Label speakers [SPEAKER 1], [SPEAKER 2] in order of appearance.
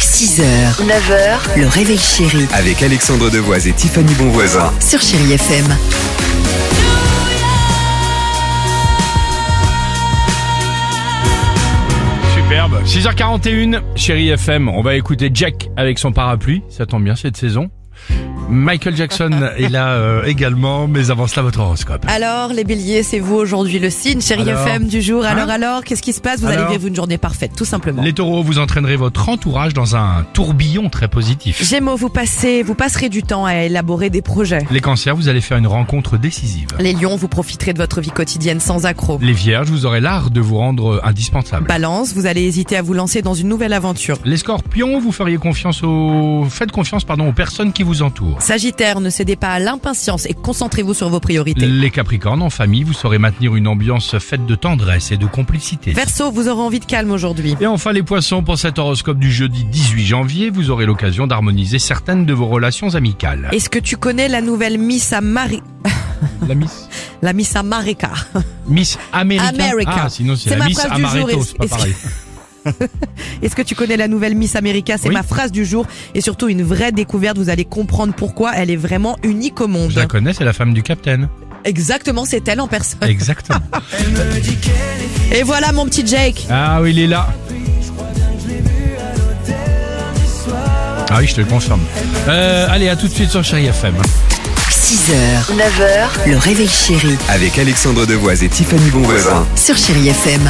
[SPEAKER 1] 6h, 9h, le réveil chéri
[SPEAKER 2] Avec Alexandre Devoise et Tiffany Bonvoisin.
[SPEAKER 1] sur Chéri FM.
[SPEAKER 3] Superbe. 6h41, chérie FM, on va écouter Jack avec son parapluie. Ça tombe bien cette saison. Michael Jackson est là euh, également, mais avant cela, votre horoscope.
[SPEAKER 4] Alors, les béliers, c'est vous aujourd'hui le signe, chérie
[SPEAKER 3] Alors
[SPEAKER 4] FM du jour. Alors,
[SPEAKER 3] Hein
[SPEAKER 4] alors, qu'est-ce qui se passe Vous
[SPEAKER 3] Alors
[SPEAKER 4] allez vivre une journée parfaite, tout simplement.
[SPEAKER 3] Les taureaux, vous entraînerez votre entourage dans un tourbillon très positif.
[SPEAKER 4] Gémeaux, vous passez, vous passerez du temps à élaborer des projets.
[SPEAKER 3] Les cancers, vous allez faire une rencontre décisive.
[SPEAKER 4] Les lions, vous profiterez de votre vie quotidienne sans accroc.
[SPEAKER 3] Les vierges, vous aurez l'art de vous rendre euh, indispensable.
[SPEAKER 4] Balance, vous allez hésiter à vous lancer dans une nouvelle aventure.
[SPEAKER 3] Les scorpions, vous feriez confiance aux... Faites confiance, pardon, aux personnes qui vous entourent.
[SPEAKER 4] Sagittaire, ne cédez pas à l'impatience et concentrez-vous sur vos priorités.
[SPEAKER 3] Les capricornes, en famille, vous saurez maintenir une ambiance faite de tendresse et de complicité.
[SPEAKER 4] Verseau, vous aurez envie de calme aujourd'hui.
[SPEAKER 3] Et enfin les poissons, pour cet horoscope du jeudi 18 janvier, vous aurez l'occasion d'harmoniser certaines de vos relations amicales.
[SPEAKER 4] Est-ce que tu connais la nouvelle Miss Amari...
[SPEAKER 3] La Miss
[SPEAKER 4] La Miss America
[SPEAKER 3] Miss America.
[SPEAKER 4] America.
[SPEAKER 3] Ah, sinon c'est
[SPEAKER 4] C'est
[SPEAKER 3] la
[SPEAKER 4] ma
[SPEAKER 3] Miss
[SPEAKER 4] phrase du jour,
[SPEAKER 3] Amaretto,
[SPEAKER 4] est-ce-
[SPEAKER 3] c'est pas
[SPEAKER 4] est-ce que-
[SPEAKER 3] pareil.
[SPEAKER 4] Est-ce que tu connais la nouvelle Miss America C'est
[SPEAKER 3] Oui.
[SPEAKER 4] ma phrase du jour et surtout une vraie découverte. Vous allez comprendre pourquoi elle est vraiment unique au monde.
[SPEAKER 3] Je la connais, c'est la femme du capitaine.
[SPEAKER 4] Exactement, c'est elle en personne.
[SPEAKER 3] Exactement.
[SPEAKER 4] Et voilà mon petit Jake.
[SPEAKER 3] ah oui, il est là. Ah oui, je te le confirme. Euh, allez, à tout de suite sur Chéri FM.
[SPEAKER 1] 6h, 9h, le réveil chéri
[SPEAKER 2] Avec Alexandre Devoise et Tiffany Bonvoisin.
[SPEAKER 1] sur Chéri FM.